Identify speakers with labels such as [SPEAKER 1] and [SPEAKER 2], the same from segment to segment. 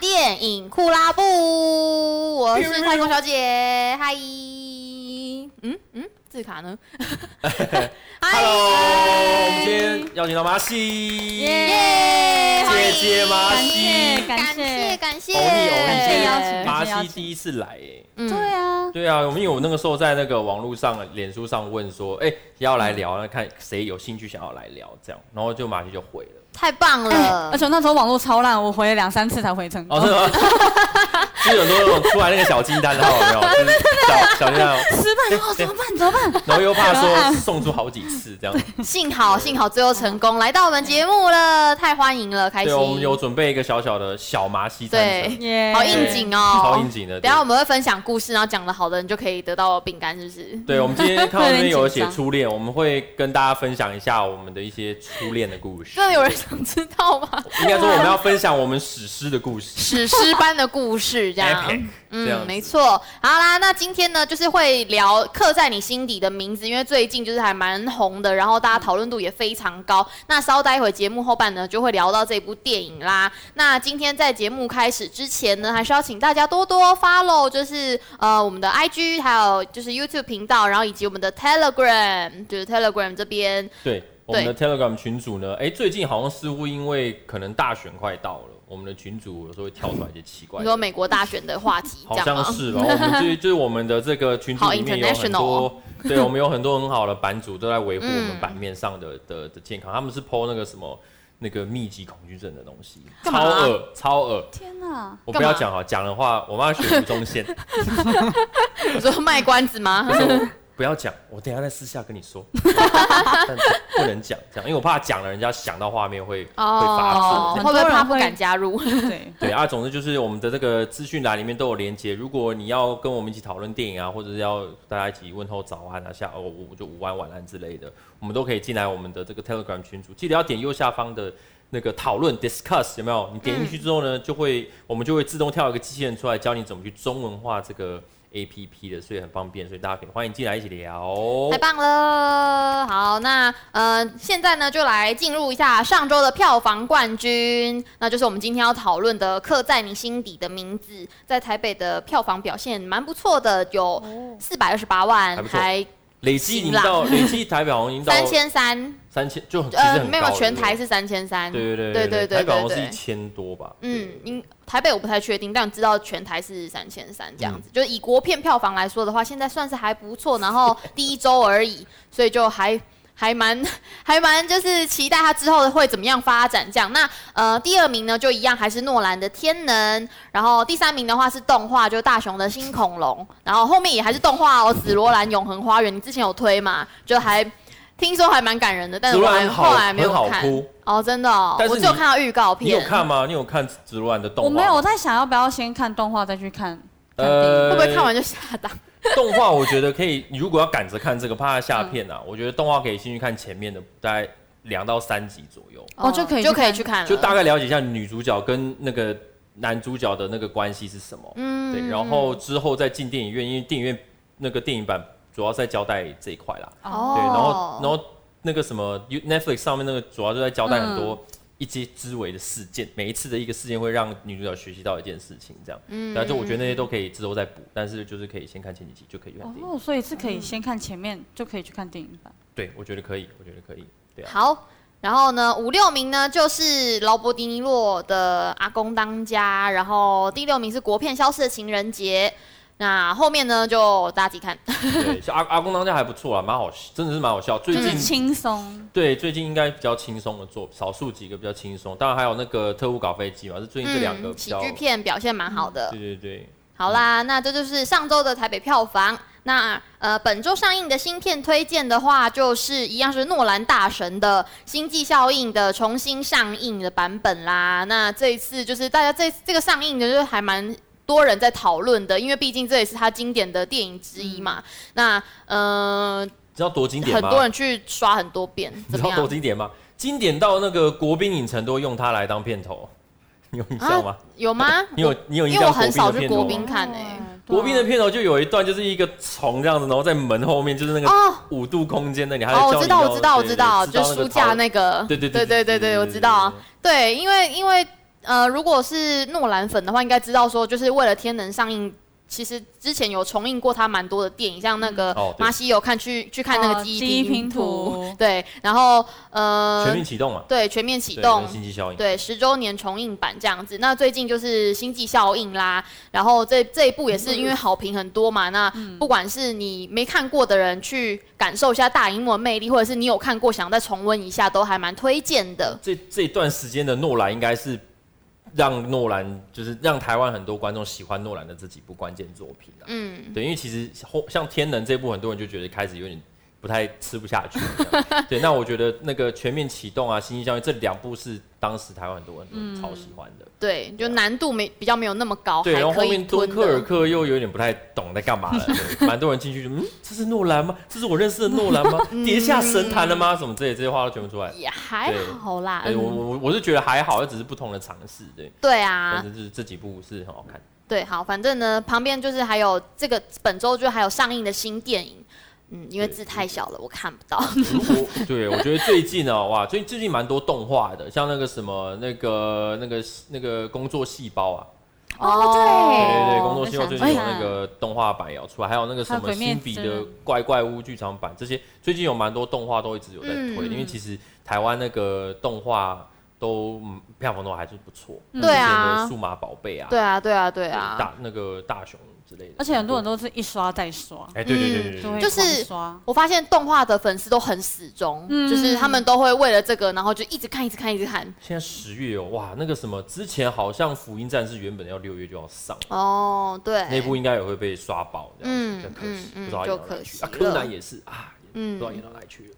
[SPEAKER 1] 电影库拉布，我是快空小姐，嗨，嗯嗯，字卡 呢？嗨
[SPEAKER 2] Hello，我们今天邀请到麻西，
[SPEAKER 1] 耶，欢迎
[SPEAKER 2] 姐姐麻
[SPEAKER 3] 感
[SPEAKER 2] 西
[SPEAKER 3] 谢，
[SPEAKER 1] 感
[SPEAKER 3] 感
[SPEAKER 1] 谢
[SPEAKER 3] 谢，
[SPEAKER 1] 感谢，
[SPEAKER 2] 欧尼欧尼
[SPEAKER 3] 感谢邀请
[SPEAKER 2] 麻
[SPEAKER 3] 感谢邀
[SPEAKER 2] 西
[SPEAKER 3] 请
[SPEAKER 2] 第一次来耶。
[SPEAKER 1] 嗯
[SPEAKER 3] 对啊，
[SPEAKER 2] 对啊，我们有那个时候在那个网络上、脸书上问说，哎、要来聊，那看谁有兴趣想要来聊这样，然后就马西就回了。
[SPEAKER 1] 太棒了
[SPEAKER 3] 而，且我那时候网络超烂，我回了两三次才回成功
[SPEAKER 2] 哦，，是吗？ 就是很多那种出来那个小清单，然后有没有？就是小小清单，
[SPEAKER 3] 失败哦，怎么办？怎么办？
[SPEAKER 2] 然后又怕说送出好几次这样。
[SPEAKER 1] 幸好幸好最后成功来到我们节目了，太欢迎了，开
[SPEAKER 2] 对，
[SPEAKER 1] 心，
[SPEAKER 2] 我们有准备一个小小的小麻西餐
[SPEAKER 1] 对
[SPEAKER 2] 车，
[SPEAKER 3] 耶
[SPEAKER 1] 好应景哦，
[SPEAKER 2] 超应景的。
[SPEAKER 1] 等一
[SPEAKER 2] 对
[SPEAKER 1] 下我们会分享故事，然后讲的好的，你就可以得到饼干，是不是？
[SPEAKER 2] 对，我们 今天看到那边有写
[SPEAKER 3] 有点紧张
[SPEAKER 2] 初恋，我们会跟大家分享一下我们的一些初恋的故事。
[SPEAKER 1] 真的有人想知道吗？
[SPEAKER 2] 应该说我们要分享我们史诗的故事。
[SPEAKER 1] 史诗般的故事， 这样
[SPEAKER 2] Epic，，这样子
[SPEAKER 1] 嗯，没错。好啦，那今天呢，就是会聊刻在你心底的名字，因为最近就是还蛮红的，然后大家讨论度也非常高。那稍待会节目后半呢，就会聊到这部电影啦。那今天在节目开始之前呢，还是要请大家多多 follow，就是呃我们的 IG，还有就是 YouTube 频道，然后以及我们的 Telegram，就是 Telegram 这边，
[SPEAKER 2] 对，我们的 Telegram 群组呢，哎、最近好像似乎因为可能大选快到了，我们的群组有时候会跳出来一些奇怪
[SPEAKER 1] 你
[SPEAKER 2] 的
[SPEAKER 1] 说美国大选的话题，
[SPEAKER 2] 好
[SPEAKER 1] 这样
[SPEAKER 2] 像
[SPEAKER 1] 吗？
[SPEAKER 2] 是吧？我们就是就是我们的这个群组里面有很
[SPEAKER 1] 啊好 international 哦
[SPEAKER 2] 多，对我们有很多很好的版主都在维护我
[SPEAKER 1] 嗯
[SPEAKER 2] 们版面上的的的健康，他们是 PO 那个什么那个密集恐惧症的东西，
[SPEAKER 1] 干嘛啊
[SPEAKER 2] 超恶超恶。
[SPEAKER 3] 天哪！
[SPEAKER 2] 我
[SPEAKER 1] 干
[SPEAKER 2] 不
[SPEAKER 1] 嘛
[SPEAKER 2] 要讲哈，哦讲的话我妈学吴 宗宪，
[SPEAKER 1] 你说卖关子吗？
[SPEAKER 2] 不要讲，我等一下再私下跟 你说，但不能讲这样，因为我怕讲了人家想到画面 会会发作
[SPEAKER 1] 哦，
[SPEAKER 2] 这
[SPEAKER 1] 会
[SPEAKER 2] 样。
[SPEAKER 1] 不会怕不
[SPEAKER 3] 很多人
[SPEAKER 1] 敢
[SPEAKER 3] 会
[SPEAKER 1] 加入？
[SPEAKER 3] 对，
[SPEAKER 2] 对啊，总之就是我们的这个资讯栏里面都有连接。如果你要跟我们一起讨论电影啊，或者是要大家一起问候早安啊、下哦，我就午安、晚安之类的，我们都可以进来我们的这个 Telegram 群组。记得要点右下方的那个讨论 Discuss，有没有？你点
[SPEAKER 1] 嗯
[SPEAKER 2] 进去之后呢，就会我们就会自动跳一个机器人出来，教你怎么去中文化这个 APP 的，所以很方便，所以大家可以欢迎进来一起聊。
[SPEAKER 1] 太棒
[SPEAKER 2] 哦
[SPEAKER 1] 了！好，那呃，现在呢就来进入一下上周的票房冠军，那就是我们今天要讨论的《刻在你心底的名字》在台北的票房表现蛮不错的，有四百二十八万
[SPEAKER 2] 哦还，不错
[SPEAKER 1] 还
[SPEAKER 2] 累计已经 到累计台表好像已经到
[SPEAKER 1] 三千三，
[SPEAKER 2] 三千，就很其实
[SPEAKER 1] 呃，
[SPEAKER 2] 很
[SPEAKER 1] 没有
[SPEAKER 2] 高了
[SPEAKER 1] 全
[SPEAKER 2] 对不对
[SPEAKER 1] 台是三千三，
[SPEAKER 2] 对对
[SPEAKER 1] 对
[SPEAKER 2] 对
[SPEAKER 1] 对对
[SPEAKER 2] 台表好像
[SPEAKER 1] 对
[SPEAKER 2] 是
[SPEAKER 1] 对
[SPEAKER 2] 一千多吧。
[SPEAKER 1] 嗯
[SPEAKER 2] 对，
[SPEAKER 1] 应台北我不太确定，但知道全台是三千三这样
[SPEAKER 2] 嗯
[SPEAKER 1] 子，就是以国片票房来说的话，现在算是还不错，然后第一周而已，所以就还。还蛮 还蛮，就是期待它之后会怎么样发展这样。那呃，第二名呢就一样，还是诺兰的《天能》，然后第三名的话是动画，就是大雄的《新恐龙》，然后后面也还是动画哦，《紫罗兰永恒花园》，你之前有推嘛？就还听说还蛮感人的，但是嗯
[SPEAKER 2] 紫
[SPEAKER 1] 我
[SPEAKER 2] 罗兰
[SPEAKER 1] 还
[SPEAKER 2] 好
[SPEAKER 1] 后来没有
[SPEAKER 2] 很好
[SPEAKER 1] 看
[SPEAKER 2] 哭。
[SPEAKER 1] 哦，真的、哦，
[SPEAKER 2] 但是
[SPEAKER 1] 我只有
[SPEAKER 2] 你
[SPEAKER 1] 看到预告片。
[SPEAKER 2] 你有看吗？你有看紫罗兰的动
[SPEAKER 3] 我
[SPEAKER 2] 画？
[SPEAKER 3] 没 有，我。在想要不要先看动画再去看。看电影
[SPEAKER 2] 呃
[SPEAKER 1] 会不会看完就下档？
[SPEAKER 2] 动画我觉得可以，你如果要赶着看这个，怕它下片啊，我觉得动画可以先去看前面的，大概两到三集左右，
[SPEAKER 3] 哦就可以去
[SPEAKER 1] 就可以
[SPEAKER 3] 看
[SPEAKER 1] 去看了，
[SPEAKER 2] 就大概了解一下女主角跟那个男主角的那个关系是什么。
[SPEAKER 1] 嗯
[SPEAKER 2] 对，然后之后再进电影院，因为电影院那个电影版主要是在交代这一块啦。
[SPEAKER 1] 哦
[SPEAKER 2] 对，然后然后那个什么 You- Netflix 上面那个主要就在交代很多
[SPEAKER 1] 嗯
[SPEAKER 2] 一些枝微的事件，每一次的一个事件会让女主角学习到一件事情，这样。嗯，然后就我觉得那些都可以之后再补，但是就是可以先看前几集就可以去看
[SPEAKER 1] 嗯
[SPEAKER 2] 电影。
[SPEAKER 3] 哦，所以是可以先看前面就可以去看电影版。
[SPEAKER 2] 对，我觉得可以，我觉得可以。对啊，
[SPEAKER 1] 好。然后呢，五六名呢就是劳勃迪尼洛的《阿公当家》，然后第六名是国片《消失的情人节》，那后面呢就大家自己看。
[SPEAKER 2] 对，像阿阿公当家还不错啊，蛮好，真的是蛮好笑。最
[SPEAKER 3] 就
[SPEAKER 2] 近
[SPEAKER 3] 是轻松，
[SPEAKER 2] 对，最近应该比较轻松的做，少数几个比较轻松。当然还有那个特务搞飞机嘛，是最近这两个比
[SPEAKER 1] 嗯喜
[SPEAKER 2] 较。
[SPEAKER 1] 剧片表现蛮好的。
[SPEAKER 2] 对对对，
[SPEAKER 1] 好啦，那这就是上周的台北票房。那呃，本周上映的新片推荐的话，就是一样是诺兰大神的《星际效应》的重新上映的版本啦。那这一次就是大家这这个上映的，就是还蛮多人在讨论的，因为毕竟这也是他经典的电影之一嘛。那呃，
[SPEAKER 2] 你知道多经典
[SPEAKER 1] 很
[SPEAKER 2] 吗？
[SPEAKER 1] 多人去刷很多遍，
[SPEAKER 2] 你
[SPEAKER 1] 怎
[SPEAKER 2] 知
[SPEAKER 1] 么
[SPEAKER 2] 道多
[SPEAKER 1] 样？
[SPEAKER 2] 经典吗？经典到那个国宾影城都用它来当片头，你有印象吗？
[SPEAKER 1] 有吗？
[SPEAKER 2] 你有你有印
[SPEAKER 1] 因为我
[SPEAKER 2] 象
[SPEAKER 1] 很少
[SPEAKER 2] 国宾
[SPEAKER 1] 去
[SPEAKER 2] 的片
[SPEAKER 1] 国
[SPEAKER 2] 头
[SPEAKER 1] 宾
[SPEAKER 2] 吗？
[SPEAKER 1] 看诶、
[SPEAKER 2] 欸
[SPEAKER 3] 啊
[SPEAKER 2] 国宾的片头就有一段就是一个虫这样子，然后在门后面就是那个
[SPEAKER 1] 哦
[SPEAKER 2] 五度空间那里，还有
[SPEAKER 1] 哦，我知道，
[SPEAKER 2] 教你
[SPEAKER 1] 我知道，我
[SPEAKER 2] 对
[SPEAKER 1] 知道，
[SPEAKER 2] 对
[SPEAKER 1] 就
[SPEAKER 2] 知
[SPEAKER 1] 书
[SPEAKER 2] 道
[SPEAKER 1] 架
[SPEAKER 2] 那个
[SPEAKER 1] 那个，
[SPEAKER 2] 对对
[SPEAKER 1] 对
[SPEAKER 2] 对
[SPEAKER 1] 对对，我知道。对，因为因为呃，如果是诺兰粉的话，应该知道说，就是为了《天能》上映，其实之前有重映过他蛮多的电影，像那个
[SPEAKER 2] 哦对
[SPEAKER 1] 马西有看去去看那个
[SPEAKER 3] 哦
[SPEAKER 1] 记
[SPEAKER 3] 记忆
[SPEAKER 1] 忆拼
[SPEAKER 3] 拼
[SPEAKER 1] 图
[SPEAKER 3] 图，
[SPEAKER 1] 对，然后呃，
[SPEAKER 2] 全面启动嘛，
[SPEAKER 1] 对全面启
[SPEAKER 2] 对，
[SPEAKER 1] 动
[SPEAKER 2] 那，经济效应，
[SPEAKER 1] 对，十周年重映版这样子。那最近就是《星际效应》啦，然后这这一部也是因为好评很多嘛，那
[SPEAKER 3] 嗯
[SPEAKER 1] 不管是你没看过的人去感受一下大荧幕的魅力，或者是你有看过想再重温一下，都还蛮推荐的。
[SPEAKER 2] 这这段时间的诺兰应该是让诺兰就是让台湾很多观众喜欢诺兰的这几部关键作品啊。
[SPEAKER 1] 嗯，
[SPEAKER 2] 对，因为其实后像《天能》这部，很多人就觉得开始有点不太吃不下去这样。 对，那我觉得那个《全面启动》啊，《星际效应》这两部是当时台湾很多人
[SPEAKER 1] 嗯
[SPEAKER 2] 都超喜欢的。
[SPEAKER 1] 对，就难度没比较没有那么高，
[SPEAKER 2] 啊对，然后
[SPEAKER 1] 哦还可
[SPEAKER 2] 后
[SPEAKER 1] 以
[SPEAKER 2] 面敦
[SPEAKER 1] 吞
[SPEAKER 2] 刻尔
[SPEAKER 1] 的。
[SPEAKER 2] 克又有点不太懂在干嘛了，对蛮多人进去就嗯，这是诺兰吗？这是我认识的诺兰 吗？跌下神坛了吗？什么之类这些话都全部出来。
[SPEAKER 1] 也还
[SPEAKER 2] 对
[SPEAKER 1] 好啦，
[SPEAKER 2] 对，我
[SPEAKER 1] 嗯，
[SPEAKER 2] 我我是觉得还好，这只是不同的尝试，对。
[SPEAKER 1] 对
[SPEAKER 2] 但
[SPEAKER 1] 啊，
[SPEAKER 2] 是就是这几部是很好看。
[SPEAKER 1] 对，好，反正呢，旁边就是还有这个本周就还有上映的新电影，嗯，因为字太小了，我看不到。
[SPEAKER 2] 如果对，我觉得最近哦，哇，最最近蛮多动画的，像那个什么那个那个那个工作细胞啊，
[SPEAKER 3] 哦
[SPEAKER 2] 对
[SPEAKER 3] 对
[SPEAKER 2] 对对，
[SPEAKER 3] 哦
[SPEAKER 2] 工作细胞
[SPEAKER 3] 我
[SPEAKER 2] 最
[SPEAKER 3] 想
[SPEAKER 2] 近有
[SPEAKER 3] 看
[SPEAKER 2] 那个动画版也要出来，还有那个什
[SPEAKER 3] 还有
[SPEAKER 2] 么
[SPEAKER 3] 鬼灭
[SPEAKER 2] 新比
[SPEAKER 3] 之
[SPEAKER 2] 的
[SPEAKER 3] 刃
[SPEAKER 2] 怪怪物剧场版，这些最近有蛮多动画都一直有在推，
[SPEAKER 1] 嗯
[SPEAKER 2] 因为其实台湾那个动画都嗯票房都还是不错，
[SPEAKER 3] 嗯
[SPEAKER 1] 对
[SPEAKER 2] 之前的
[SPEAKER 1] 啊，
[SPEAKER 2] 数码宝贝啊，
[SPEAKER 1] 对啊，对啊，对啊。
[SPEAKER 2] 大那个大雄之类的，
[SPEAKER 3] 而且很多人
[SPEAKER 2] 都
[SPEAKER 3] 都是一刷再刷，
[SPEAKER 2] 哎，对对对
[SPEAKER 1] 嗯
[SPEAKER 2] 对
[SPEAKER 3] 就
[SPEAKER 2] 对对，
[SPEAKER 3] 会
[SPEAKER 1] 就是
[SPEAKER 3] 狂刷。
[SPEAKER 1] 我发现动画的粉丝都很死忠，
[SPEAKER 3] 嗯
[SPEAKER 1] 就是他们都会为了这个，然后就一直看，一直看，一直看。
[SPEAKER 2] 现在十月哦，哇，那个什么之前好像福音战士原本要六月就要上。
[SPEAKER 1] 哦，对，
[SPEAKER 2] 那部应该也会被刷爆，这样
[SPEAKER 1] 嗯
[SPEAKER 2] 子，很可惜
[SPEAKER 1] 嗯，嗯
[SPEAKER 2] 不知道演到
[SPEAKER 1] 就
[SPEAKER 2] 哪里
[SPEAKER 1] 可
[SPEAKER 2] 去
[SPEAKER 1] 惜
[SPEAKER 2] 啊。柯
[SPEAKER 1] 了
[SPEAKER 2] 南也是啊，也不知道
[SPEAKER 1] 嗯
[SPEAKER 2] 演到哪里去了。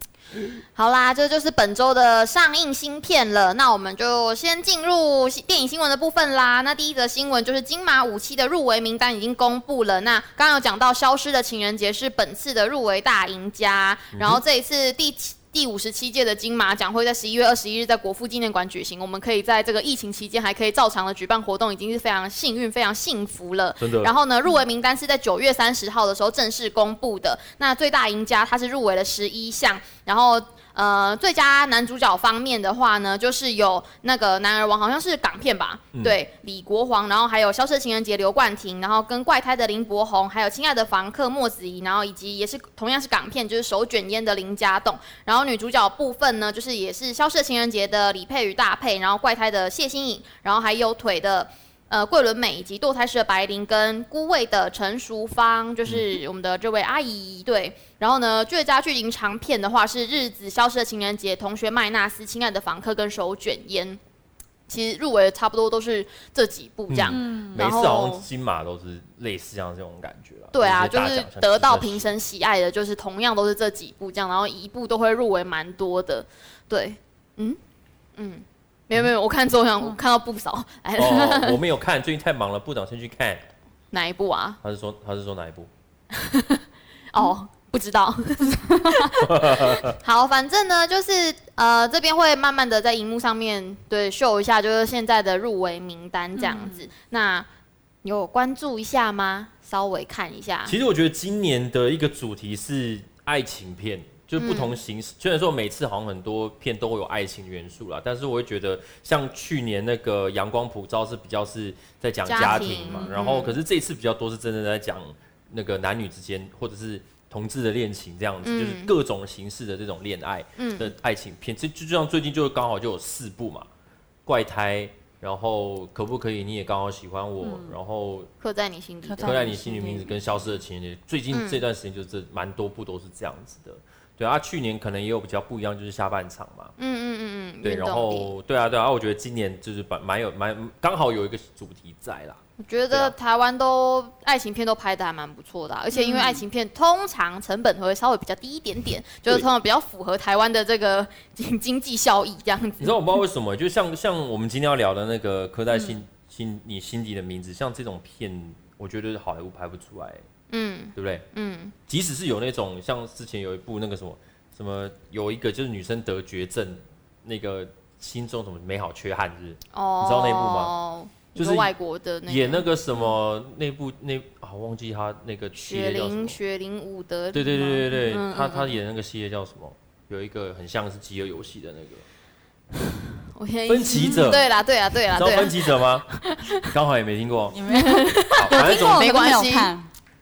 [SPEAKER 1] 好啦，这就是本周的上映新片了。那我们就先进入新电影新闻的部分啦。那第一则新闻就是金马五期的入围名单已经公布了。那刚刚有讲到《消失的情人节》是本次的入围大赢家，然后这一次第七。第五十七届的金马奖会在十一月二十一日在国父纪念馆举行，我们可以在这个疫情期间还可以照常的举办活动，已经是非常幸运、非常幸福了。
[SPEAKER 2] 真的
[SPEAKER 1] 然后呢，入围名单是在九月三十号的时候正式公布的。那最大赢家他是入围了十一项，然后呃，最佳男主角方面的话呢，就是有那个《男儿王》，好像是港片吧？
[SPEAKER 2] 嗯
[SPEAKER 1] 对，李国煌，然后还有《消失的情人节》刘冠廷，然后跟《怪胎》的林柏宏，还有《亲爱的房客》莫子仪，然后以及也是同样是港片，就是《手卷烟》的林家栋。然后女主角部分呢，就是也是《消失的情人节》的李佩与大佩，然后《怪胎》的谢欣颖，然后还有腿的。呃，桂纶镁以及堕胎师的白灵跟孤味的陈淑芳，就是我们的这位阿姨，对。然后呢，最佳剧情长片的话是《日子消失的情人节》《同学麦纳斯》《亲爱的房客》跟《手卷烟》，其实入围的差不多都是这几部这样。
[SPEAKER 3] 嗯，
[SPEAKER 2] 每
[SPEAKER 1] 然
[SPEAKER 2] 次好
[SPEAKER 1] 后
[SPEAKER 2] 像金马都是类似像这种感觉了。
[SPEAKER 1] 对啊，
[SPEAKER 2] 一些
[SPEAKER 1] 就
[SPEAKER 2] 大
[SPEAKER 1] 是
[SPEAKER 2] 奖项
[SPEAKER 1] 得到
[SPEAKER 2] 真的
[SPEAKER 1] 评
[SPEAKER 2] 是
[SPEAKER 1] 审喜爱的，就是同样都是这几部这样，然后一部都会入围蛮多的。对，嗯嗯，没有没有，我看周扬，我看到不少。哎，
[SPEAKER 2] 哦，我没有看，最近太忙了，部长先去看。
[SPEAKER 1] 哪一部啊？
[SPEAKER 2] 他是说他是说哪一部？
[SPEAKER 1] 哦，不知 道。好，反正呢，就是呃，这边会慢慢的在荧幕上面对秀一下，就是现在的入围名单这样
[SPEAKER 3] 嗯
[SPEAKER 1] 子。那有关注一下吗？稍微看一下。
[SPEAKER 2] 其实我觉得今年的一个主题是爱情片，就是不同形式。虽然说每次好像很多片都会有爱情元素啦，但是我会觉得像去年那个《阳光普照》是比较是在讲
[SPEAKER 1] 家
[SPEAKER 2] 家
[SPEAKER 1] 庭
[SPEAKER 2] 庭嘛，
[SPEAKER 1] 嗯
[SPEAKER 2] 然后可是这次比较多是真的在讲那个男女之间或者是同志的恋情这样子，就是
[SPEAKER 1] 嗯
[SPEAKER 2] 各种形式的这种恋爱的爱情片。这就就像最近就刚好就有四部嘛，《怪胎》，然后可不可以你也刚好喜欢我，然后
[SPEAKER 1] 刻在你心底
[SPEAKER 3] 刻
[SPEAKER 1] 的
[SPEAKER 3] 在
[SPEAKER 2] 刻在你心里名字跟消失的情人节，最近
[SPEAKER 1] 嗯
[SPEAKER 2] 这段时间就是蛮多部都是这样子的。对啊，去年可能也有比较不一样，就是下半场嘛。
[SPEAKER 1] 嗯嗯嗯嗯，
[SPEAKER 2] 对，
[SPEAKER 1] 运
[SPEAKER 2] 然
[SPEAKER 1] 动力
[SPEAKER 2] 后对啊对啊，我觉得今年就是蛮蛮有蛮刚好有一个主题在啦。
[SPEAKER 1] 我觉
[SPEAKER 2] 对啊
[SPEAKER 1] 得台湾都爱情片都拍的还蛮不错
[SPEAKER 3] 嗯
[SPEAKER 1] 的啊、而且因为爱情片通常成本会稍微比较低一点点，就是
[SPEAKER 2] 对
[SPEAKER 1] 通常比较符合台湾的这个经经济效益这样
[SPEAKER 2] 你
[SPEAKER 1] 子。
[SPEAKER 2] 知道我不知道为什么，就像像我们今天要聊的那个刻在心
[SPEAKER 1] 嗯
[SPEAKER 2] 心你心底的名字，像这种片，我觉得好莱坞拍不出来，
[SPEAKER 1] 嗯
[SPEAKER 2] 对不对？
[SPEAKER 1] 嗯，
[SPEAKER 2] 即使是有那种像之前有一部那个什么什么，有一个就是女生得绝症，那个心中什么美好缺憾，是不是？
[SPEAKER 1] 哦，
[SPEAKER 2] 你知道那部
[SPEAKER 1] 吗
[SPEAKER 2] 就是
[SPEAKER 1] 哦外国的那
[SPEAKER 2] 演那
[SPEAKER 1] 个
[SPEAKER 2] 个什么那部那啊，忘记他那个系
[SPEAKER 1] 雪
[SPEAKER 2] 列叫什么
[SPEAKER 1] 玲？雪玲伍德，
[SPEAKER 2] 哦对对对对对，
[SPEAKER 1] 嗯嗯
[SPEAKER 2] 他他演的那个系列叫什么？有一个很像是《饥饿游戏》的那个，
[SPEAKER 1] 我现在
[SPEAKER 2] 分歧者，
[SPEAKER 1] 对啦，对啦，对啦，
[SPEAKER 2] 你知道
[SPEAKER 1] 啊对
[SPEAKER 2] 分
[SPEAKER 1] 啦，
[SPEAKER 2] 歧 者吗？刚好也没听过，
[SPEAKER 3] 你们
[SPEAKER 2] 好反正
[SPEAKER 1] 听过
[SPEAKER 2] 总
[SPEAKER 1] 没
[SPEAKER 3] 没
[SPEAKER 1] 关
[SPEAKER 3] 关
[SPEAKER 1] 系
[SPEAKER 3] 系，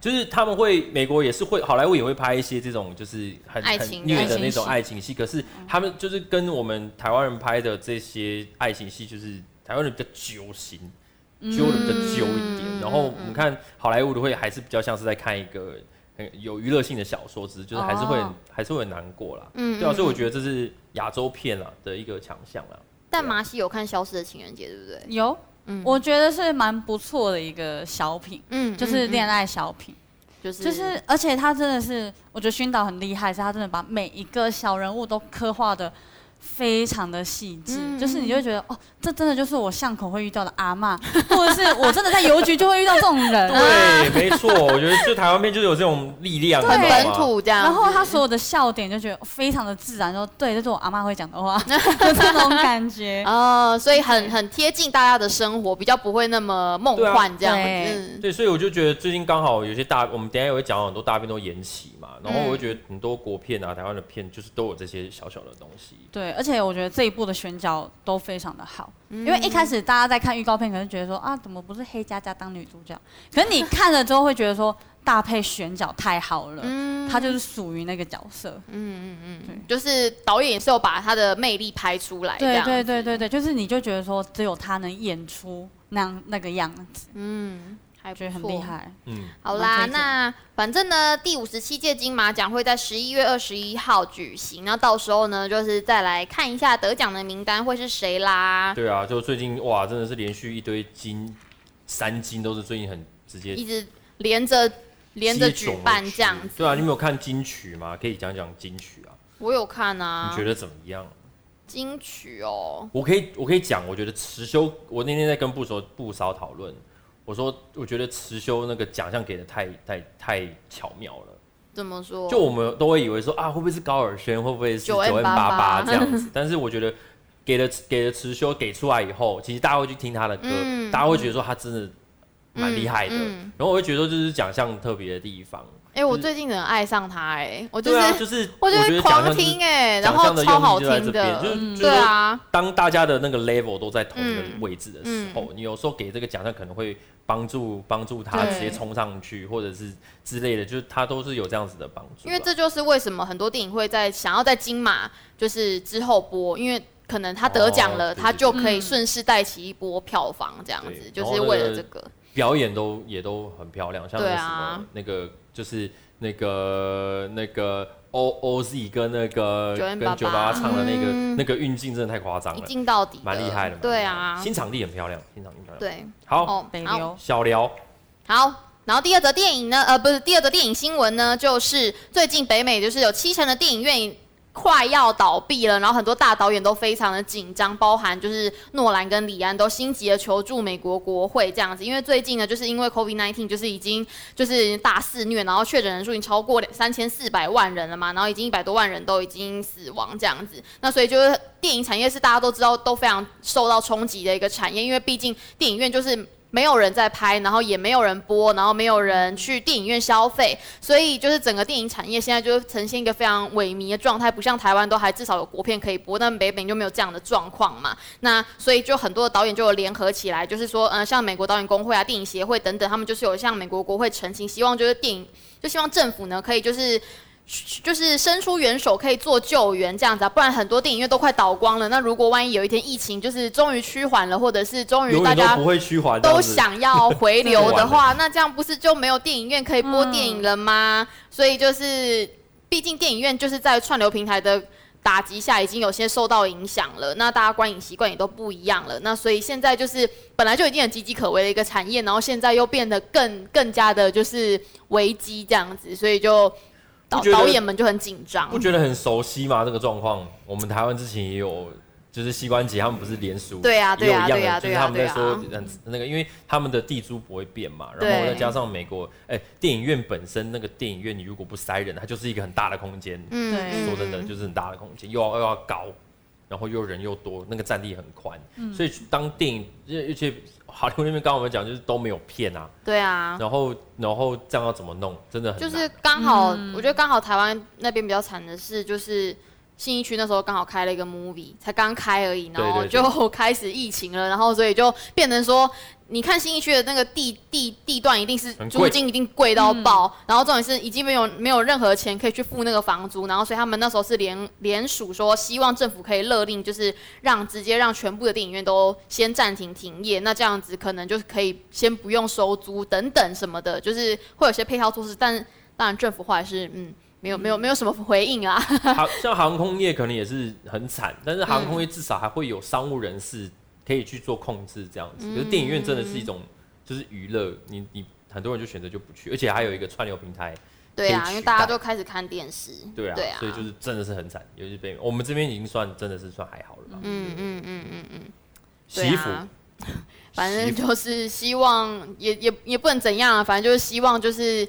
[SPEAKER 2] 就是他们会，美国也是会，好莱坞也会拍一些这种就是很
[SPEAKER 1] 爱
[SPEAKER 2] 很
[SPEAKER 1] 情
[SPEAKER 2] 虐
[SPEAKER 3] 爱
[SPEAKER 2] 的
[SPEAKER 3] 情
[SPEAKER 2] 那种
[SPEAKER 3] 戏
[SPEAKER 2] 爱情戏，可是他们就是跟我们台湾人拍的这些爱情戏，就是台湾人比较揪心，揪的比较揪一点。然后我们看好莱坞的会还是比较像是在看一个很有娱乐性的小说，只是就是还是会很、
[SPEAKER 3] 哦
[SPEAKER 2] 还是会很难过啦。
[SPEAKER 1] 嗯
[SPEAKER 2] 对啊，所以我
[SPEAKER 1] 得。
[SPEAKER 2] 觉得这是亚洲片啊的一个强项啦。
[SPEAKER 1] 但麻西有看《消失的情人节》，对不对？
[SPEAKER 3] 有，
[SPEAKER 1] 嗯
[SPEAKER 3] 我觉得是蛮不错的一个小品，
[SPEAKER 1] 嗯
[SPEAKER 3] 就是恋
[SPEAKER 1] 爱，
[SPEAKER 3] 爱小品。
[SPEAKER 1] 就是
[SPEAKER 3] 就是，而且他真的是，我觉得熏导很厉害，是他真的把每一个小人物都刻画的非常的细致，
[SPEAKER 1] 嗯
[SPEAKER 3] 就是你就会觉得，哦，这真的就是我巷口会遇到的阿嬷，或者是我真的在邮局就会遇到这种 人。
[SPEAKER 1] 啊
[SPEAKER 2] 对，没错，我觉得就台湾片就是有这种力量，你
[SPEAKER 1] 很
[SPEAKER 2] 知
[SPEAKER 1] 本
[SPEAKER 2] 道吗？
[SPEAKER 1] 土这样。
[SPEAKER 3] 然后他所有的笑点就觉得非常的自然，说对，这是我阿嬷会讲的话， 就这种感觉。
[SPEAKER 1] 哦，所以很很贴近大家的生活，比较不会那么梦幻这样嗯
[SPEAKER 3] 对
[SPEAKER 1] 子。
[SPEAKER 2] 对，所以我就觉得最近刚好有些大，我们等一下也会讲到很多大片都延期嘛，然后我就觉得很多国片啊、台湾的片就是都有这些小小的东西。
[SPEAKER 3] 对，而且我觉得这一部的选角都非常的好，因为一
[SPEAKER 1] 嗯
[SPEAKER 3] 开始大家在看预告片，可能觉得说啊，怎么不是黑佳佳当女主角？可是你看了之后会觉得说，搭配选角太好了，
[SPEAKER 1] 嗯
[SPEAKER 3] 她就是属于那个角色。
[SPEAKER 1] 就是导演也是有把他的魅力拍出来，这
[SPEAKER 3] 对
[SPEAKER 1] 样
[SPEAKER 3] 对对对对，就是你就觉得说，只有她能演出那样那个样子，
[SPEAKER 1] 还不
[SPEAKER 3] 觉得很
[SPEAKER 1] 错
[SPEAKER 3] 厉。害。
[SPEAKER 2] 嗯，
[SPEAKER 1] 好啦，
[SPEAKER 3] 嗯
[SPEAKER 1] 那反正呢，第五十七届金马奖会在十一月二十一号举行，那到时候呢，就是再来看一下得奖的名单会是谁啦，
[SPEAKER 2] 对啊，就最近哇，真的是连续一堆金，三金都是最近很直接
[SPEAKER 1] 一直连着连着
[SPEAKER 2] 接踵
[SPEAKER 1] 举
[SPEAKER 2] 而
[SPEAKER 1] 办
[SPEAKER 2] 至
[SPEAKER 1] 这样子。
[SPEAKER 2] 对啊，你们有看金曲吗？可以讲讲金曲啊，
[SPEAKER 1] 我有看啊，
[SPEAKER 2] 你觉得怎么样？
[SPEAKER 1] 金曲哦，
[SPEAKER 2] 我可以，我可以讲，我觉得辞修，我那天在跟不熟不少讨论，我说我觉得辞修那个奖项给的太太太巧妙了。
[SPEAKER 1] 怎么说？
[SPEAKER 2] 就我们都会以为说啊，会不会是高尔宣，会不会是九
[SPEAKER 1] 9M88
[SPEAKER 2] N 八 八这样子？但是我觉得给了给了持修给出来以后，其实大家会去听他的歌，
[SPEAKER 1] 嗯
[SPEAKER 2] 大家会觉得说他真的蛮厉害的。
[SPEAKER 1] 嗯
[SPEAKER 2] 然后我会觉得说这是奖项特别的地方，
[SPEAKER 1] 哎、我最近很爱上他哎、我就
[SPEAKER 2] 对
[SPEAKER 1] 是、
[SPEAKER 2] 啊，就是
[SPEAKER 1] 我就
[SPEAKER 2] 觉
[SPEAKER 1] 会
[SPEAKER 2] 得奖项
[SPEAKER 1] 狂
[SPEAKER 2] 就是
[SPEAKER 1] 听哎、然
[SPEAKER 2] 奖项
[SPEAKER 1] 后
[SPEAKER 2] 的
[SPEAKER 1] 超好
[SPEAKER 2] 用意
[SPEAKER 1] 听
[SPEAKER 2] 就在这
[SPEAKER 1] 的，
[SPEAKER 2] 边，就是就是
[SPEAKER 1] 对
[SPEAKER 2] 说
[SPEAKER 1] 啊，
[SPEAKER 2] 当大家的那个 level 都在同一个
[SPEAKER 1] 嗯
[SPEAKER 2] 位置的时候，你有时候给这个奖项可能会帮助帮助他
[SPEAKER 3] 对
[SPEAKER 2] 直接冲上去，或者是之类的，就是他都是有这样子的帮助啦。
[SPEAKER 1] 因为这就是为什么很多电影会在想要在金马就是之后播，因为可能他得奖了，
[SPEAKER 2] 哦对
[SPEAKER 1] 他
[SPEAKER 2] 对
[SPEAKER 1] 就
[SPEAKER 3] 对
[SPEAKER 1] 可以顺势带起一波票房这样子，
[SPEAKER 2] 对
[SPEAKER 1] 就
[SPEAKER 2] 然
[SPEAKER 1] 是
[SPEAKER 2] 后
[SPEAKER 1] 为
[SPEAKER 2] 那
[SPEAKER 1] 了
[SPEAKER 2] 个
[SPEAKER 1] 这个。
[SPEAKER 2] 表演都也都很漂亮，像那
[SPEAKER 1] 对
[SPEAKER 2] 个什么、
[SPEAKER 1] 啊
[SPEAKER 2] 那个就是那个那个 O O Z 跟那个
[SPEAKER 1] 9N88
[SPEAKER 2] 跟九八八唱的那个、
[SPEAKER 1] 嗯
[SPEAKER 2] 那个运镜真的太夸张
[SPEAKER 1] 一
[SPEAKER 2] 了，
[SPEAKER 1] 镜到底，
[SPEAKER 2] 蛮厉害的。蛮
[SPEAKER 1] 对
[SPEAKER 2] 厉害的
[SPEAKER 1] 啊，
[SPEAKER 2] 新场地很漂亮，新场地很漂亮。
[SPEAKER 1] 对，
[SPEAKER 2] 好，
[SPEAKER 1] 哦
[SPEAKER 3] 北
[SPEAKER 1] 好。
[SPEAKER 3] 流
[SPEAKER 2] 小聊
[SPEAKER 1] 好，然后第二则电影呢，呃，不是第二则电影新闻呢，就是最近北美就是有七成的电影院。快要倒闭了，然后很多大导演都非常的紧张，包含就是诺兰跟李安都心急的求助美国国会这样子，因为最近呢，就是因为 COVID-19 就是已经就是大肆虐，然后确诊人数已经超过三千四百万人了嘛，然后已经一百多万人都已经死亡这样子，那所以就是电影产业是大家都知道都非常受到冲击的一个产业，因为毕竟电影院就是没有人在拍，然后也没有人播，然后没有人去电影院消费，所以就是整个电影产业现在就是呈现一个非常萎靡的状态，不像台湾都还至少有国片可以播，但北美就没有这样的状况嘛。那所以就很多的导演就有联合起来，就是说，嗯、像美国导演工会啊、电影协会等等，他们就是有向美国国会澄清，希望就是电影，就希望政府呢可以就是。就是伸出援手，可以做救援这样子啊，不然很多电影院都快倒光了。那如果万一有一天疫情就是终于趋缓了，或者是终于
[SPEAKER 2] 永
[SPEAKER 1] 大
[SPEAKER 2] 远
[SPEAKER 1] 家
[SPEAKER 2] 都不会趋缓，这
[SPEAKER 1] 都
[SPEAKER 2] 样子
[SPEAKER 1] 想要回流的 话，那这样不是就没有电影院可以播电影了
[SPEAKER 2] 嗯
[SPEAKER 1] 吗？所以就是，毕竟电影院就是在串流平台的打击下，已经有些受到影响了。那大家观影习惯也都不一样了。那所以现在就是本来就已经很岌岌可危的一个产业，然后现在又变得更更加的就是危机这样子，所以就导
[SPEAKER 2] 不觉得
[SPEAKER 1] 导演们就很紧张
[SPEAKER 2] 不。觉得很熟悉吗？这个状况，我们台湾之前也有，就是膝关节他们不是连署，
[SPEAKER 1] 对啊
[SPEAKER 2] 也有
[SPEAKER 1] 对
[SPEAKER 2] 一
[SPEAKER 1] 啊
[SPEAKER 2] 样的，
[SPEAKER 1] 对啊
[SPEAKER 2] 就是
[SPEAKER 1] 对啊
[SPEAKER 2] 他们在说
[SPEAKER 1] 对
[SPEAKER 2] 嗯那个，因为他们的地租不会变嘛，
[SPEAKER 1] 对
[SPEAKER 2] 然后再加上美国，哎、电影院本身那个电影院你如果不塞人，它就是一个很大的空间，
[SPEAKER 1] 嗯
[SPEAKER 3] 对
[SPEAKER 1] 嗯
[SPEAKER 2] 说真的
[SPEAKER 1] 嗯
[SPEAKER 2] 就是很大的空间，又要又要高，然后又人又多，那个占地很宽，
[SPEAKER 1] 嗯
[SPEAKER 2] 所以当电影，而且好莱坞那边刚刚我们讲就是都没有片啊，
[SPEAKER 1] 对啊。
[SPEAKER 2] 然后然后这样要怎么弄，真的很
[SPEAKER 1] 就
[SPEAKER 2] 难
[SPEAKER 1] 是刚好，我觉得刚好台湾那边比较惨的是，就是信义区那时候刚好开了一个 movie，才刚开而已，然后
[SPEAKER 2] 对对对
[SPEAKER 1] 就开始疫情了，然后所以就变成说，你看信义区的那个地地地段一定是
[SPEAKER 2] 很
[SPEAKER 1] 租
[SPEAKER 2] 贵
[SPEAKER 1] 金一定贵到爆，然后重点是已经没有没有任何钱可以去付那个房租，然后所以他们那时候是联联署说，希望政府可以勒令，就是让直接让全部的电影院都先暂停停业，那这样子可能就可以先不用收租等等什么的，就是会有些配套措施，但当然政府后来是嗯。没有没有没有什么回应啊，
[SPEAKER 2] 航像航空业可能也是很惨，但是航
[SPEAKER 1] 嗯
[SPEAKER 2] 空业至少还会有商务人士可以去做控制这样子。可是电影院真的
[SPEAKER 1] 嗯
[SPEAKER 2] 是一种就是娱乐，你你很多人就选择就不去，而且还有一个串流平台，
[SPEAKER 1] 对啊
[SPEAKER 2] 可，以
[SPEAKER 1] 因为
[SPEAKER 2] 取
[SPEAKER 1] 大家
[SPEAKER 2] 代
[SPEAKER 1] 都开始看电视，
[SPEAKER 2] 对啊，
[SPEAKER 1] 对啊，
[SPEAKER 2] 所以就是真的是很惨，尤其被我们这边已经算真的是算还好了吧。
[SPEAKER 1] 嗯
[SPEAKER 2] 嗯，
[SPEAKER 1] 嗯嗯嗯嗯，
[SPEAKER 2] 洗
[SPEAKER 1] 对
[SPEAKER 2] 衣服，
[SPEAKER 1] 啊， 反正
[SPEAKER 2] 洗衣服
[SPEAKER 1] 就是希望也也也不能怎样啊，反正就是希望就是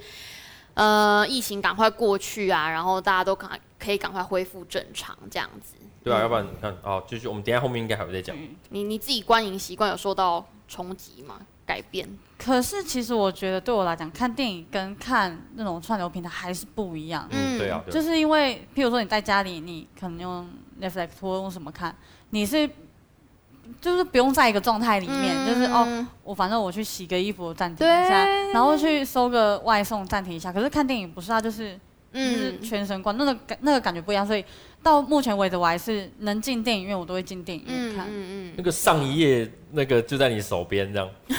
[SPEAKER 1] 呃疫情赶快过去啊，然后大家都赶可以赶快恢复正常这样子。
[SPEAKER 2] 对啊，要不然你看哦，就是我们等一下后面应该还会再讲。
[SPEAKER 1] 你你自己观影习惯有受到冲击吗？改变？
[SPEAKER 3] 可是其实我觉得对我来讲，看电影跟看那种串流平台还是不一样。
[SPEAKER 1] 嗯
[SPEAKER 2] 嗯，对啊，对
[SPEAKER 3] 就
[SPEAKER 2] 啊，
[SPEAKER 3] 是因为，譬如说你在家里，你可能用 Netflix 或用什么看，你是就是不用在一个状态里面，就是哦，
[SPEAKER 1] 嗯，
[SPEAKER 3] 我反正我去洗个衣服暂停一下
[SPEAKER 1] 对，
[SPEAKER 3] 然后去收个外送暂停一下。可是看电影不是啊，就是就是
[SPEAKER 1] 嗯
[SPEAKER 3] 全神贯，那个感那个感觉不一样。所以到目前为止，我还是能进电影院，我都会进电影院
[SPEAKER 1] 嗯
[SPEAKER 3] 看。
[SPEAKER 1] 嗯
[SPEAKER 2] 那个上一页那个就在你手边 这样，
[SPEAKER 1] 就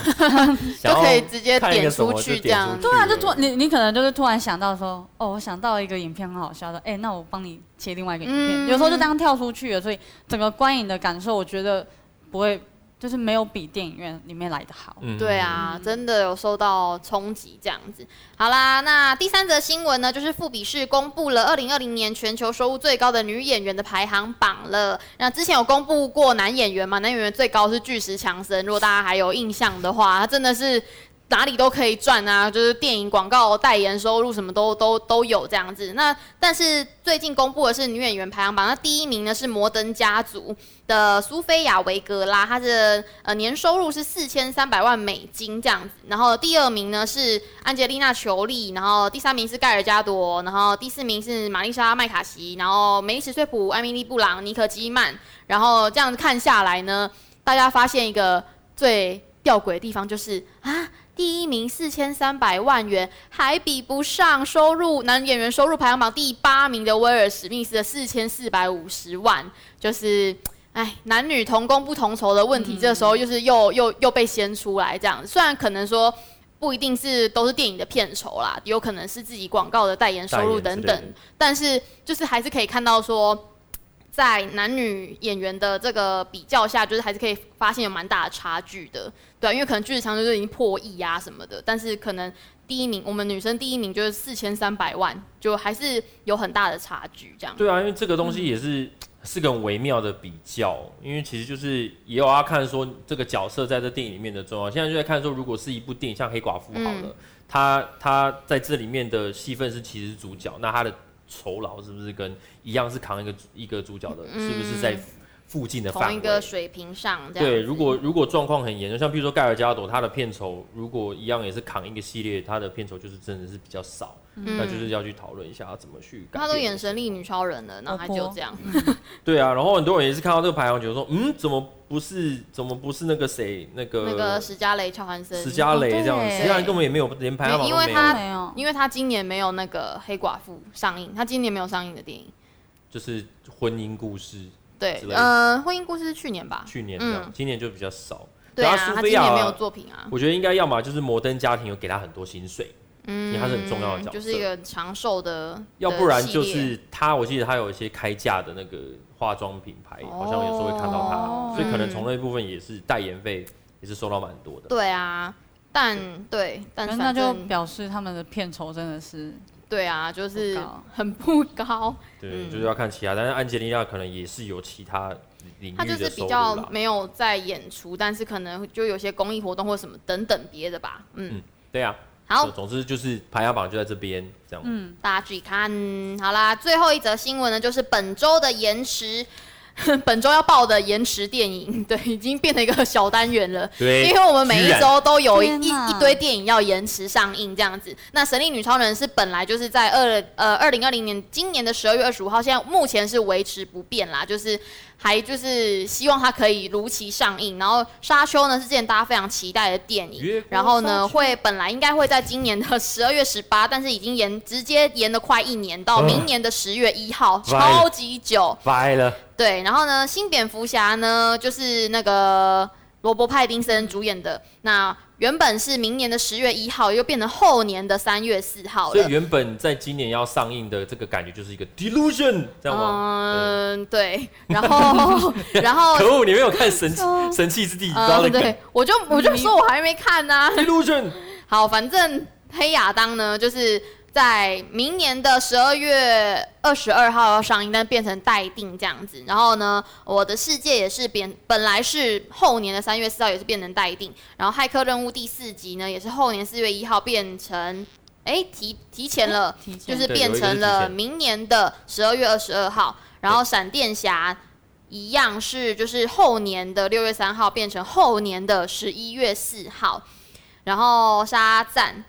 [SPEAKER 2] 想要
[SPEAKER 1] 可以直接
[SPEAKER 2] 看一
[SPEAKER 1] 点
[SPEAKER 2] 个什么
[SPEAKER 1] 出
[SPEAKER 2] 就
[SPEAKER 1] 去这
[SPEAKER 2] 点
[SPEAKER 1] 样
[SPEAKER 2] 出去
[SPEAKER 1] 子。
[SPEAKER 3] 对啊，就突你你可能就是突然想到说，哦，我想到一个影片很好笑的，哎、那我帮你切另外一个影片，
[SPEAKER 1] 嗯
[SPEAKER 3] 有时候就这样跳出去了，所以整个观影的感受，我觉得不会，就是没有比电影院里面来的好。
[SPEAKER 2] 嗯
[SPEAKER 1] 对，啊，真的有受到冲击这样子。好啦，那第三则新闻呢，就是富比士公布了二零二零年全球收入最高的女演员的排行榜了。那之前有公布过男演员嘛，男演员最高是巨石强森，如果大家还有印象的话，他真的是。哪里都可以赚啊，就是电影广告、代言收入什么都都都有这样子。那但是最近公布的是女演员排行榜，那第一名呢是《摩登家族》，的苏菲亚·维格拉，她的呃年收入是四千三百万美金这样子。然后第二名呢是安吉丽娜·裘丽，然后第三名是盖尔加朵，然后第四名是玛丽莎·麦卡锡，然后梅丽史翠普、艾米丽·布朗、尼可基曼。然后这样看下来呢，大家发现一个最吊诡的地方就是啊。第一名四千三百万元，还比不上收入男演员收入排行榜第八名的威尔史密斯的四千四百五十万，就是哎，男女同工不同酬的问
[SPEAKER 2] 嗯
[SPEAKER 1] 题，这时候就是又又又被掀出来这样。虽然可能说不一定是都是电影的片酬啦，有可能是自己广告的代言收入
[SPEAKER 2] 代
[SPEAKER 1] 等
[SPEAKER 2] 言之类的
[SPEAKER 1] 等，但是就是还是可以看到说，在男女演员的这个比较下，就是还是可以发现有蛮大的差距的。对啊、因为可能巨石强森就已经破亿啊什么的，但是可能第一名我们女生第一名就是四千三百万，就还是有很大的差距这样。
[SPEAKER 2] 对啊，因为这个东西也是、是个很微妙的比较，因为其实就是也有要看说这个角色在这电影里面的重要。现在就在看说，如果是一部电影像《黑寡妇》好
[SPEAKER 1] 嗯
[SPEAKER 2] 了，她她在这里面的戏份是其实是主角，那她的酬劳是不是跟一样是扛一个一个主角的，是不是在附近的
[SPEAKER 1] 嗯
[SPEAKER 2] 范
[SPEAKER 1] 同
[SPEAKER 2] 围？
[SPEAKER 1] 一个水平上这样子。
[SPEAKER 2] 对，如果如果状况很严重，像比如说盖尔加朵，他的片酬如果一样也是扛一个系列，他的片酬就是真的是比较少，那就是要去讨论一下要怎么去改
[SPEAKER 1] 嗯
[SPEAKER 2] 变。
[SPEAKER 1] 他都演神力女超人了，然后他就这样。
[SPEAKER 2] 对啊，然后很多人也是看到这个排行，觉得说，嗯，怎么不是，怎么不是那个谁，那 个
[SPEAKER 1] 那个史嘉蕾·乔韩森，
[SPEAKER 2] 呃史嘉蕾这样
[SPEAKER 3] 哦
[SPEAKER 2] 子，
[SPEAKER 3] 对
[SPEAKER 2] 史嘉蕾根本也没有连排行榜
[SPEAKER 1] 因
[SPEAKER 2] 都
[SPEAKER 1] 为
[SPEAKER 2] 没
[SPEAKER 1] 他
[SPEAKER 2] 有，
[SPEAKER 3] 没有，
[SPEAKER 1] 因为他今年没有那个黑寡妇上映，他今年没有上映的电影。
[SPEAKER 2] 就是婚姻故事，
[SPEAKER 1] 对
[SPEAKER 2] 之，类的
[SPEAKER 1] 呃，婚姻故事是去年吧？
[SPEAKER 2] 去年这样，
[SPEAKER 1] 嗯
[SPEAKER 2] 今年就比较少。
[SPEAKER 1] 对啊，
[SPEAKER 2] 然后
[SPEAKER 1] 他
[SPEAKER 2] 苏
[SPEAKER 1] 今
[SPEAKER 2] 菲亚
[SPEAKER 1] 年没有
[SPEAKER 2] 啊，
[SPEAKER 1] 作品啊。
[SPEAKER 2] 我觉得应该要么就是摩登家庭有给他很多薪水，
[SPEAKER 1] 嗯
[SPEAKER 2] 因为他是很重要的角色
[SPEAKER 1] 就是一个长寿的，
[SPEAKER 2] 要不然就
[SPEAKER 1] 的系列
[SPEAKER 2] 是他，我记得他有一些开价的那个化妆品牌，哎好像有时候会看到
[SPEAKER 3] 哦
[SPEAKER 2] 他，所以可能从那一部分也是代言费也是收到蛮多的。
[SPEAKER 1] 对啊，但对，但
[SPEAKER 3] 可
[SPEAKER 1] 是
[SPEAKER 3] 是那就表示他们的片酬真的是
[SPEAKER 1] 对啊，就是
[SPEAKER 3] 不高
[SPEAKER 1] 很不 高。
[SPEAKER 2] 对，
[SPEAKER 1] 嗯
[SPEAKER 2] 就是要看其他，但是安吉丽娜可能也是有其他领域
[SPEAKER 1] 他就
[SPEAKER 2] 的
[SPEAKER 1] 是
[SPEAKER 2] 收
[SPEAKER 1] 比
[SPEAKER 2] 入
[SPEAKER 1] 较
[SPEAKER 2] 啦。
[SPEAKER 1] 没有在演出，但是可能就有些公益活动或什么等等别的吧。嗯，
[SPEAKER 2] 嗯，对啊。
[SPEAKER 1] 好
[SPEAKER 2] 总，总之就是排行榜就在这边这样。嗯，
[SPEAKER 1] 大家自己看。好啦，最后一则新闻呢，就是本周的延迟。 本周要报的延迟电影，对，已经变成一个小单元了。
[SPEAKER 2] 对
[SPEAKER 1] 因为我们每一周都有一
[SPEAKER 3] 居然
[SPEAKER 1] 一
[SPEAKER 3] 天哪
[SPEAKER 1] 一堆电影要延迟上映这样子。那《神力女超人》是本来就是在二呃二零二零年今年的十二月二十五号，现在目前是维持不变啦，就是还就是希望它可以如期上映。然后《沙丘》呢是之前大家非常期待的电
[SPEAKER 2] 越
[SPEAKER 1] 影
[SPEAKER 2] 过，
[SPEAKER 1] 然后
[SPEAKER 2] 沙
[SPEAKER 1] 呢
[SPEAKER 2] 丘
[SPEAKER 1] 会本来应该会在今年的十二月十八，但是已经延直接延了快一年到明年的十月一号，
[SPEAKER 2] Right
[SPEAKER 1] 超级久。
[SPEAKER 2] 掰了，
[SPEAKER 1] 对，然后呢，新蝙蝠侠呢，就是那个罗伯·派丁森主演的，那原本是明年的十月一号，又变成后年的三月四号
[SPEAKER 2] 所以
[SPEAKER 1] 了。
[SPEAKER 2] 原本在今年要上映的这个感觉就是一个 delusion，这样吗？嗯、
[SPEAKER 1] 嗯，对，然后，然后，
[SPEAKER 2] 可恶，你没有看神奇神器之地，你知道那
[SPEAKER 1] 嗯，
[SPEAKER 2] 个
[SPEAKER 1] 对，我就我就说我还没看啊呢、
[SPEAKER 2] delusion，
[SPEAKER 1] 好，反正黑亚当呢，就是在明年的十二月二十二号要上映，但变成待定这样子。然后呢，我的世界也是变，本来是后年的三月四号也是变成待定。然后骇客任务第四集呢，也是后年四月一号变成。哎，提提前了，
[SPEAKER 3] 提前
[SPEAKER 1] 就是
[SPEAKER 2] 对
[SPEAKER 1] 变
[SPEAKER 2] 有一个是
[SPEAKER 1] 成
[SPEAKER 2] 提
[SPEAKER 1] 了
[SPEAKER 2] 前
[SPEAKER 1] 明年的十二月二十二号。然后闪电侠一样是就是后年的六月三号变成后年的十一月四号，然后沙赞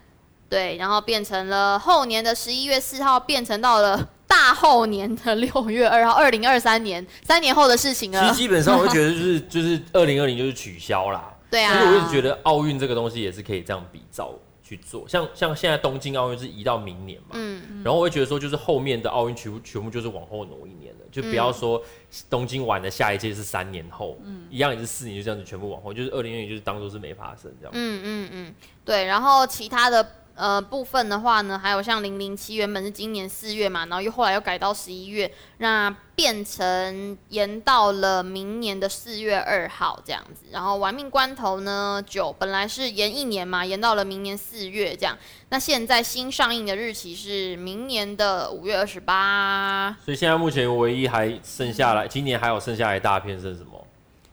[SPEAKER 1] 对，然后变成了后年的十一月四号变成到了 大后年的六月二号，二零二三年三年后的事情
[SPEAKER 2] 其实
[SPEAKER 1] 了。
[SPEAKER 2] 基本上我会觉得就是 就是二零二零就是取消啦。
[SPEAKER 1] 对啊
[SPEAKER 2] 其实我一直觉得奥运这个东西也是可以这样比照去做，像像现在东京奥运是移到明年嘛，
[SPEAKER 1] 嗯，
[SPEAKER 2] 然后我会觉得说就是后面的奥运全部全部就是往后挪一年了，就不
[SPEAKER 1] 嗯
[SPEAKER 2] 要说东京完的下一届是三年后，一样也是四年，就这样子全部往后，就是二零二零就是当做是没发生这样。
[SPEAKER 1] 嗯嗯嗯，对。然后其他的呃部分的话呢，还有像零零七原本是今年四月嘛，然后又后来又改到十一月，那变成延到了明年的四月二号这样子。然后玩命关头呢，九本来是延一年嘛，延到了明年四月这样。那现在新上映的日期是明年的五月二十八。
[SPEAKER 2] 所以现在目前唯一还剩下来，今年还有剩下来的大片是什么？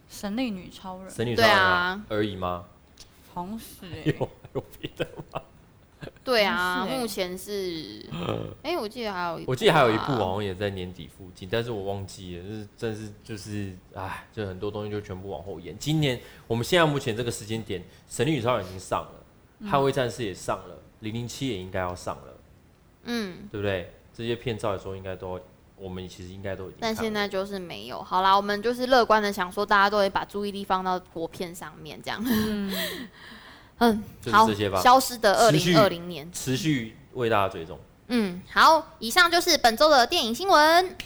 [SPEAKER 3] 神力女超人
[SPEAKER 2] 神女超
[SPEAKER 1] 对
[SPEAKER 2] 人
[SPEAKER 1] 啊
[SPEAKER 2] 吗而已吗？
[SPEAKER 3] 红石欸
[SPEAKER 2] 有有别的？
[SPEAKER 1] 对啊，
[SPEAKER 3] 是欸
[SPEAKER 1] 目前是，哎、我记得还有一部啊、
[SPEAKER 2] 我记得还有一部哦好像也在年底附近，但是我忘记了，就是真是就是，唉，就很多东西就全部往后延。今年我们现在目前这个时间点，《神力女超人》已经上了，捍卫战士》也上了，《零零七》也应该要上了，
[SPEAKER 1] 嗯。
[SPEAKER 2] 对不对？这些片照来说应该都，我们其实应该都已经看
[SPEAKER 1] 但
[SPEAKER 2] 了。
[SPEAKER 1] 现在就是没有。好啦，我们就是乐观的想说，大家都会把注意力放到国片上面，这样。嗯，
[SPEAKER 2] 就是
[SPEAKER 1] 好
[SPEAKER 2] 这些吧，
[SPEAKER 1] 消失的二
[SPEAKER 2] 持续
[SPEAKER 1] 零二零年。
[SPEAKER 2] 持续为大家追踪。
[SPEAKER 1] 嗯，好，以上就是本周的电影新闻。